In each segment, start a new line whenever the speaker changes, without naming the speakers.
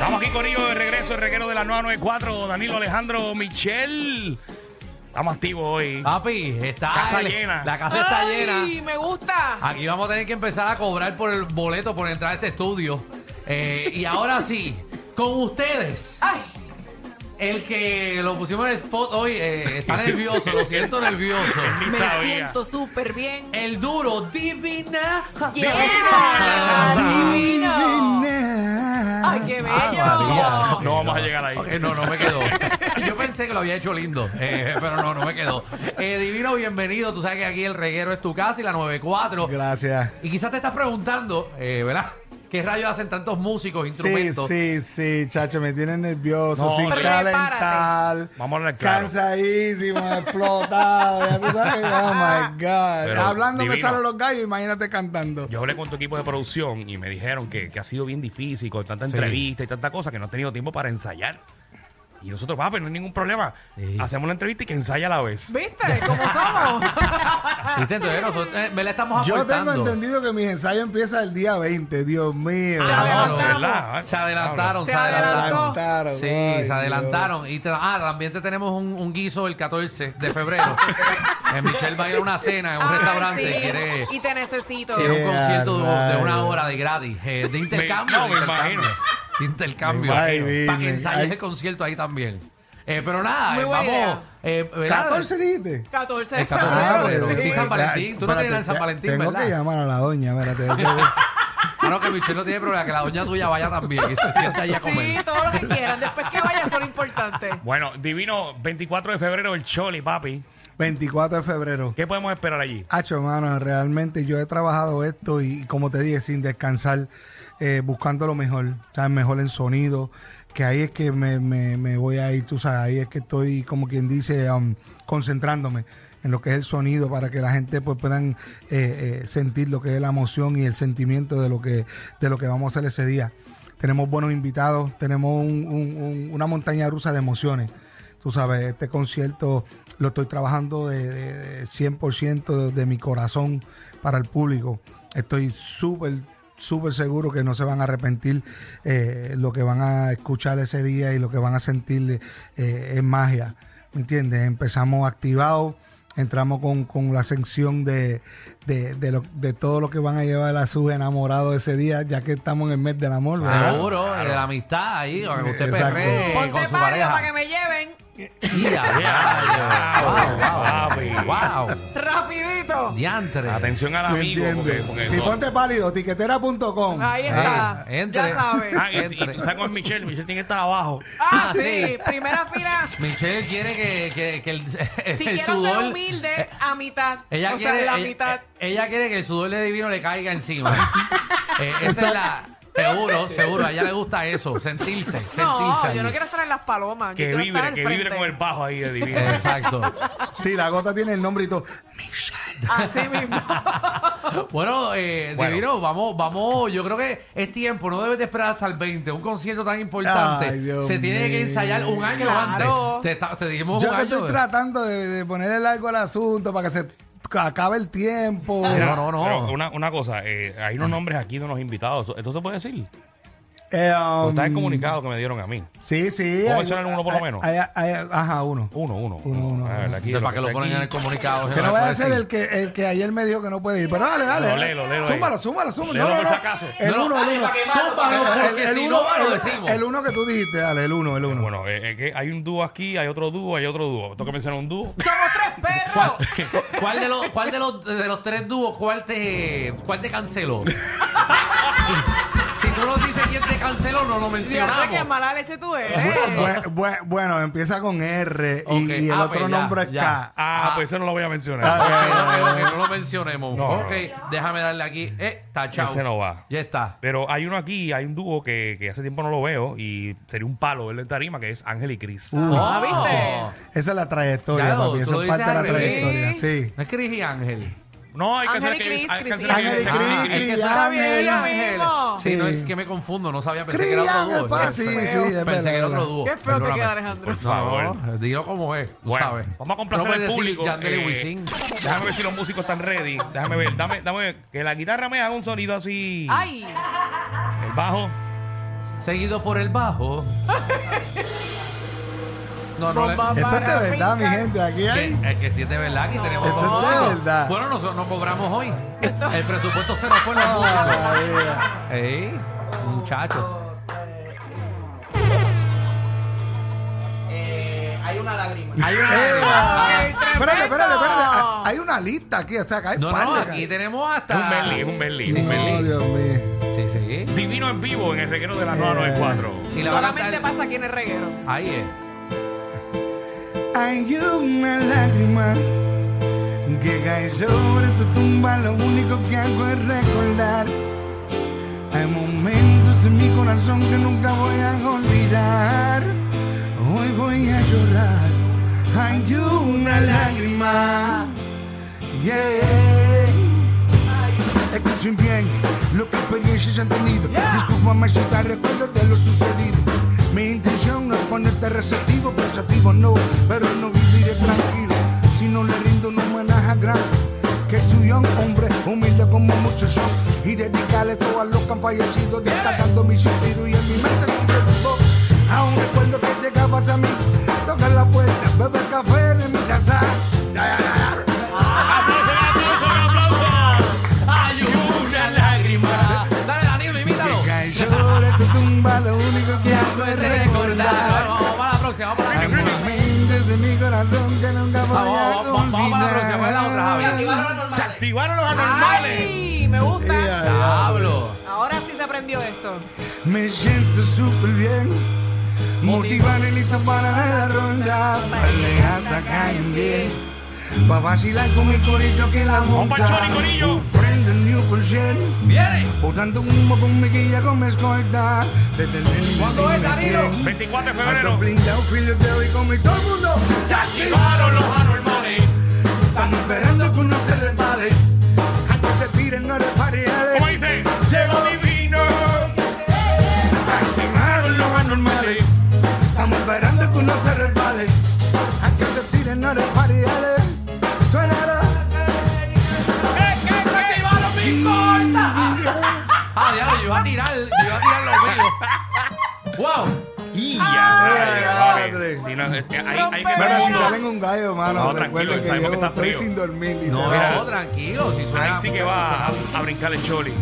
Estamos aquí, Corillo, de regreso, el reguero de la 994, Danilo Alejandro Michel. Estamos activos hoy.
Papi, está
Casa llena.
La casa está
¡Ay,
llena.
me gusta!
Aquí vamos a tener que empezar a cobrar por el boleto por entrar a este estudio. Eh, y ahora sí, con ustedes.
¡Ay!
El que lo pusimos en el spot hoy eh, está nervioso, lo siento nervioso.
Ni
Me
sabía.
siento súper bien.
El duro Divina.
Yeah. Divino. ¡Ay, qué
Ah, María.
bello!
No vamos a llegar ahí.
Ok, Eh, no, no me quedó. Yo pensé que lo había hecho lindo, eh, pero no, no me quedó. Eh, Divino, bienvenido. Tú sabes que aquí el reguero es tu casa y la 94.
Gracias.
Y quizás te estás preguntando, eh, ¿verdad? ¿Qué rayos hacen tantos músicos,
Sí,
instrumentos?
sí, sí, chacho, me tienen nervioso,
No,
sin
hombre.
calentar.
Vamos a hablar claro.
Cansadísimo, explotado. ya tú sabes, oh my God.
Pero
Hablando me
divino.
salen los gallos, imagínate cantando.
Yo hablé con tu equipo de producción y me dijeron que, que ha sido bien difícil con tanta entrevista y tanta cosa que no has tenido tiempo para ensayar. Y nosotros, va, pero no hay ningún problema.
Sí.
Hacemos la entrevista y que ensaya a la vez.
¿Viste cómo somos?
¿Viste? Entonces nosotros eh, ¿verdad? estamos
Yo tengo
aportando.
entendido que mis ensayos empiezan el día 20, Dios mío.
Ah,
Ahora
no,
estamos.
¿verdad?
Se adelantaron,
Se
se adelantaron.
adelantó.
Sí,
ay,
se
Dios.
adelantaron. Y te- ah, también te tenemos un, un guiso el 14 de febrero. Eh, Michelle va a ir a una cena en un
Ay,
restaurante.
Ah, sí.
Quiere,
Y te necesito.
tiene un
Yeah,
concierto de, de una
rayos.
hora de gratis, eh, de intercambio.
no,
de
me
intercambio.
imagino.
De intercambio.
Me imagino.
Para que ensayes
Ay.
el concierto ahí también. Eh, pero nada,
Muy
eh,
buena
vamos.
idea.
eh, ¿verdad?
14 dijiste. Ah,
14 de
El 14 de
febrero.
febrero,
sí.
sí, San Valentín. Tú no
Espérate,
tienes San
ya-
Valentín,
Tengo
¿verdad?
que llamar a la doña, espérate.
Claro que Michelle no tiene problema, que la doña tuya vaya también y se sienta allá a
Sí,
comer. Eh,
todo lo que quieran. Después que vaya, son importantes.
Bueno, divino, 24 de febrero, el Choli, papi.
24 de febrero.
¿Qué podemos esperar allí?
Hacho, mano, realmente yo he trabajado esto y, como te dije, sin descansar, eh, buscando lo mejor, o sea, mejor en sonido, que ahí es que me, me- me voy a ir, tú sabes, ahí es que estoy, como quien dice, um, concentrándome en lo que es el sonido para que la gente pues puedan eh, eh, sentir lo que es la emoción y el sentimiento de lo que, de lo que vamos a hacer ese día. Tenemos buenos invitados, tenemos un- un- un- una montaña rusa de emociones. Tú sabes, este concierto lo estoy trabajando de, de- de 100% de, de mi corazón para el público. Estoy súper, súper seguro que no se van a arrepentir. eh, lo que van a escuchar ese día y lo que van a sentir eh, es magia. ¿Me entiendes? Empezamos activados. Entramos con, con la sección de, de, de lo- de todo lo que van a llevar a sus enamorados ese día, ya que estamos en el mes del amor, ¿verdad?
Seguro, eh, la amistad ahí, o que usted
Exacto.
perree con
Ponte
su
varios para que
pareja.
me lleven
Ah, Ya,
Wow,
wow, wow.
rapidito.
Diantre.
Atención al
¿Me
amigo.
entiendes?
porque- porque
Si
no-
ponte pálido, tiquetera.com.
Ahí está.
Eh, entre.
Ya sabes.
Ah, y, y tú sabes con Michelle, Michelle tiene que estar abajo.
Ah,
Ah,
sí.
sí.
Primera fila.
Michelle quiere que, que, que el,
Si
el
quiero
sudor. Eh,
ser humilde, a mitad.
Ella,
o sea,
quiere,
la
ella- eh,
mitad.
ella quiere que el sudor de divino le caiga encima. Eh, esa es la. Seguro, seguro. A ella le gusta eso, sentirse. sentirse
No,
allí.
yo no quiero estar en las palomas.
Que
yo quiero estar
vibre,
al
que vibre
frente.
con el bajo ahí de divino.
Exacto.
Ah, Sí, la gota tiene el nombre y todo. Michelle.
Así mismo.
Bueno, eh,
Bueno.
Divino, vamos, vamos. Yo creo que es tiempo, no debes de esperar hasta el 20. Un concierto tan importante
Ay, Dios
se tiene que
mío.
ensayar un año
Claro.
antes. Te, está- te dijimos
Yo
un
que
año.
estoy tratando de, de ponerle largo al asunto para que se acabe el tiempo.
No, no, no.
Pero una, una cosa, eh, hay unos nombres aquí de unos invitados. ¿Esto se puede decir?
Eh, um,
Está el comunicado que me dieron a mí.
sí, sí.
¿Puedo
hay-
mencionar uno por lo
hay-
menos?
hay- hay- ajá, uno.
Uno, uno.
Uno, uno,
A ver, aquí,
Entonces, ¿Para que lo
está
ponen
aquí.
en el comunicado?
Que no vaya a
Eso
ser
sí.
el que, el que ayer me dijo que no puede ir. Pero dale, dale.
No,
dale.
léelo, léelo ahí.
Súmalo, súmalo, súmalo.
Léelo
no, no,
por
no.
si acaso.
El
No, no,
uno,
dale,
el uno.
pa' quemarlo, pa'
Súmalo,
quemarlo,
el-
porque
el
si
uno,
no va, lo
el-
decimos.
El uno que tú dijiste, dale, el uno, el uno.
Bueno, eh, eh, que hay un dúo aquí, hay otro dúo, hay otro dúo. Tengo que mencionar un dúo.
Somos tres perros.
¿Cuál de los, cuál de los, de los tres dúos, cuál te, cuál te canceló? si tú nos dices quién te canceló, no lo
Diablo, que
mencionamos.
mala leche tú
Bu-
eres.
bu- bu- bueno, empieza con R y,
Ok,
y el
ah,
otro
pues ya,
nombre es
ya.
K.
Ah,
Ah.
pues eso no lo voy a mencionar.
Ok,
Ah,
ok, ok, no lo mencionemos.
No, no.
ok, déjame darle aquí. Eh, tachao.
Ese no va.
Ya está.
Pero hay uno aquí, hay un dúo que, que hace tiempo no lo veo y sería un palo verlo en tarima, que es Ángel y Cris.
Uh.
Oh.
¿viste?
Ah, Esa es la trayectoria,
Ya, lo-
papi.
tú
Eso
lo
es parte de la
dices al revés.
trayectoria, sí.
No es Cris y Ángel. Ah,
No, hay
Ángel
canciones
y
que
Cris,
hay
Cris y
canciones que
Ángel y
dicen
Cris,
Ángel y
es que
Cris. y
suena bien
Ángel.
Ángel.
Mismo.
Sí, no,
Sí.
es que me confundo, no sabía, pensé
Cris
que era
y
otro
Ángel,
dúo.
pa,
Qué
sí,
feo.
sí, es
pensé
verdad,
que era otro
verdad.
dúo.
Qué feo te
Perdóname.
queda, Alejandro.
Por favor, dilo como es, tú
Bueno,
sabes.
vamos a complacer
No
al
puedes decir
público.
Yandel y
eh,
Wisin.
déjame ver si los músicos están ready. Déjame ver, dame, dame ver, que la guitarra me haga un sonido así.
Ay,
El bajo.
Seguido por el bajo. no, no, le-
Esto es de
Para
verdad, mi
brincar.
gente. Aquí hay.
que, es que si es de verdad, aquí tenemos
Esto es
dos
de
músicos.
verdad.
Bueno, nosotros no cobramos hoy. El presupuesto se nos fue en la música.
Ay,
Ey, muchacho.
hay una lágrima.
Hay una.
ay,
Espérate, espérate,
tremendo.
espérate. Ah, Hay una lista aquí, o sea, que hay
No,
par
no,
de-
aquí tenemos
Es
hasta.
un medley, es un medley, es
Sí,
un
sí.
No,
medley.
Dios mío.
Sí, sí.
Divino en vivo en el reguero de la 994.
Y la van a
Solamente
cantar-
pasa aquí en el reguero.
Ahí es.
Hay una lágrima que cae sobre tu tumba, lo único que hago es recordar. Hay momentos en mi corazón que nunca voy a olvidar. Hoy voy a llorar. Hay una lágrima. Yeah. Escuchen bien lo que experiencias han tenido. Discúlpame si te recuerdo de lo sucedido. Mi intención no es ponerte receptivo, pensativo no, pero no viviré tranquilo. Si no le rindo un homenaje a Gran, que es un hombre, humilde como muchos son. Y dedicarle todo a los que han fallecido, descartando mi suspiro y en mi mente se derrumbó. Aún recuerdo que llegabas a mí, tocar la puerta, beber café en mi casa. Ya, ya, ya, ya.
Hay una lágrima. Dale, Danilo, imítalo.
Cae sobre tu tumba, lo único que hago es recordar.
Vamos para la próxima, vamos para
Hay
la próxima.
momentos en mi corazón que nunca voy
Ah, Vamos,
a
vamos, vamos, vamos a la próxima, vamos a la otra,
olvidar.
Javi.
Se activaron los anormales.
Ay, me gusta.
Diablo.
Ahora sí se aprendió esto.
Me siento súper bien. Motivar y listo para la ronda. Paleata caen bien. Pa' vacilar con el corillo que la
Vamos
monta. Uh,
pa'l chori, corillo.
Prende el new por cien.
Viene.
Botando humo con mi guía, con mi escolta. Detenerme.
¿Cuándo es,
dime
Danilo?
quién.
24 de
Hasta
febrero.
blindado, filo de hoy con mi todo el mundo.
Se activaron los anormales.
Están esperando que uno se repare. Antes se tiren, no repare.
¿Cómo dice?
Llegó mi
divino.
Se activaron los anormales. Estamos esperando que uno se repare. Antes se tiren, no repare. Suena
¡Es que se activaron mis cortas! Ah, diablo, yo iba a tirar, yo iba a tirar los míos. ¡Wow!
Y
Ay,
ya.
madre.
Si no, es que hay, hay que
Mira,
ver
si
mundo.
salen un gallo,
No,
mano,
tranquilo,
recuerden que
sabemos que está
llevo estoy
frío.
sin dormir.
No,
literal.
no, tranquilo, si
Ahí
suena.
sí que va a, a brincar el choli.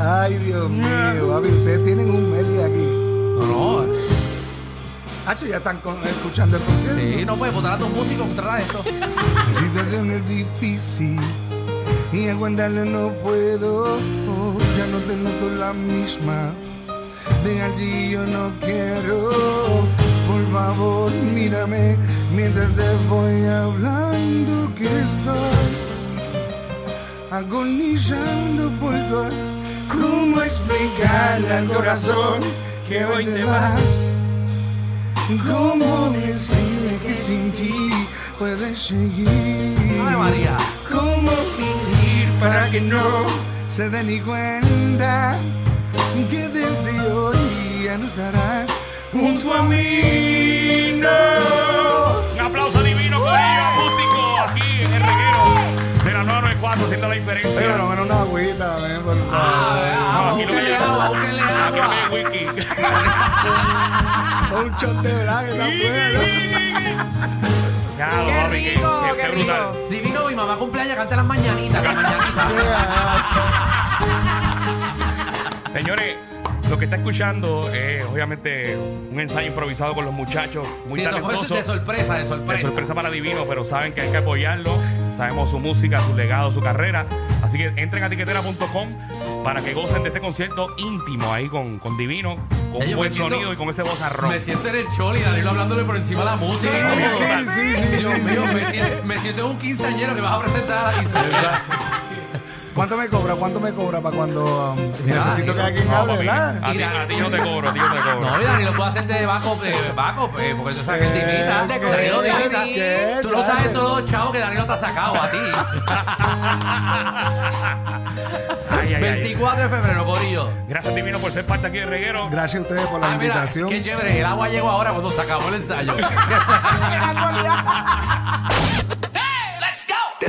Ay, Dios mío, papi, ustedes tienen un medio aquí.
No, no.
Hacho, ya están con- escuchando el concierto.
Sí, no puedes botar a tus músicos contra esto.
La situación es difícil y aguantarlo no puedo. Ya no te noto la misma. De allí yo no quiero. Por favor, mírame mientras te voy hablando que estoy agonizando por tu ¿Cómo explicarle al corazón que hoy te vas? ¿Cómo decirle que sin ti puedes seguir?
¡Ay, María!
¿Cómo fingir para que no se den ni cuenta que desde hoy ya no estarás junto a mí? No.
Un aplauso divino, corillo acústico, aquí en el reguero de la 994, haciendo la diferencia.
Pero menos una agüita, ven, por favor.
eh, Ah,
aquí lo que
búsquenle agua, búsquenle agua.
Ah, que me wiki.
Un shot de verdad que tan bueno.
Ya,
Qué
papi, que-
rico,
que-
qué
que brutal.
rico.
Divino, mi mamá cumpleaños, canta las mañanitas, las mañanitas.
Señores, lo que está escuchando es obviamente un ensayo improvisado con los muchachos, muy
Sí, esto fue
talentosos.
de sorpresa, de sorpresa.
De sorpresa para Divino, pero saben que hay que apoyarlo. Sabemos su música, su legado, su carrera. Así que entren a tiquetera.com para que gocen de este concierto íntimo ahí con, con Divino, con un
Ya yo me
buen
siento-
sonido y con ese vozarrón.
Me siento en el choli, Danilo hablándole por encima de la música. y
Sí,
todo.
sí, sí, sí,
Dios
sí,
mío,
sí.
me siento, me siento en un quinceañero que vas a presentar a la quinceañera.
¿Cuánto me cobra? ¿Cuánto me cobra para cuando um,
Mira,
necesito que
digo,
alguien
No,
hable,
papi,
verdad?
a ti, a ti yo te cobro, a ti yo te cobro.
No, y Danilo puede hacerte de backup, eh, backup, eh, porque tú sabes que es divita,
¿Qué?
de corrido
¿Qué?
divita.
¿Qué?
Tú no sabes
¿Qué?
todos los chavos que Danilo te ha sacado a ti.
Ay, ay, ay.
24 de febrero, Corillo.
Gracias, Divino, por ser parte aquí de Reguero.
Gracias a ustedes por la
Ah, mira,
invitación.
qué chévere. El agua llegó ahora cuando se acabó el ensayo.
Te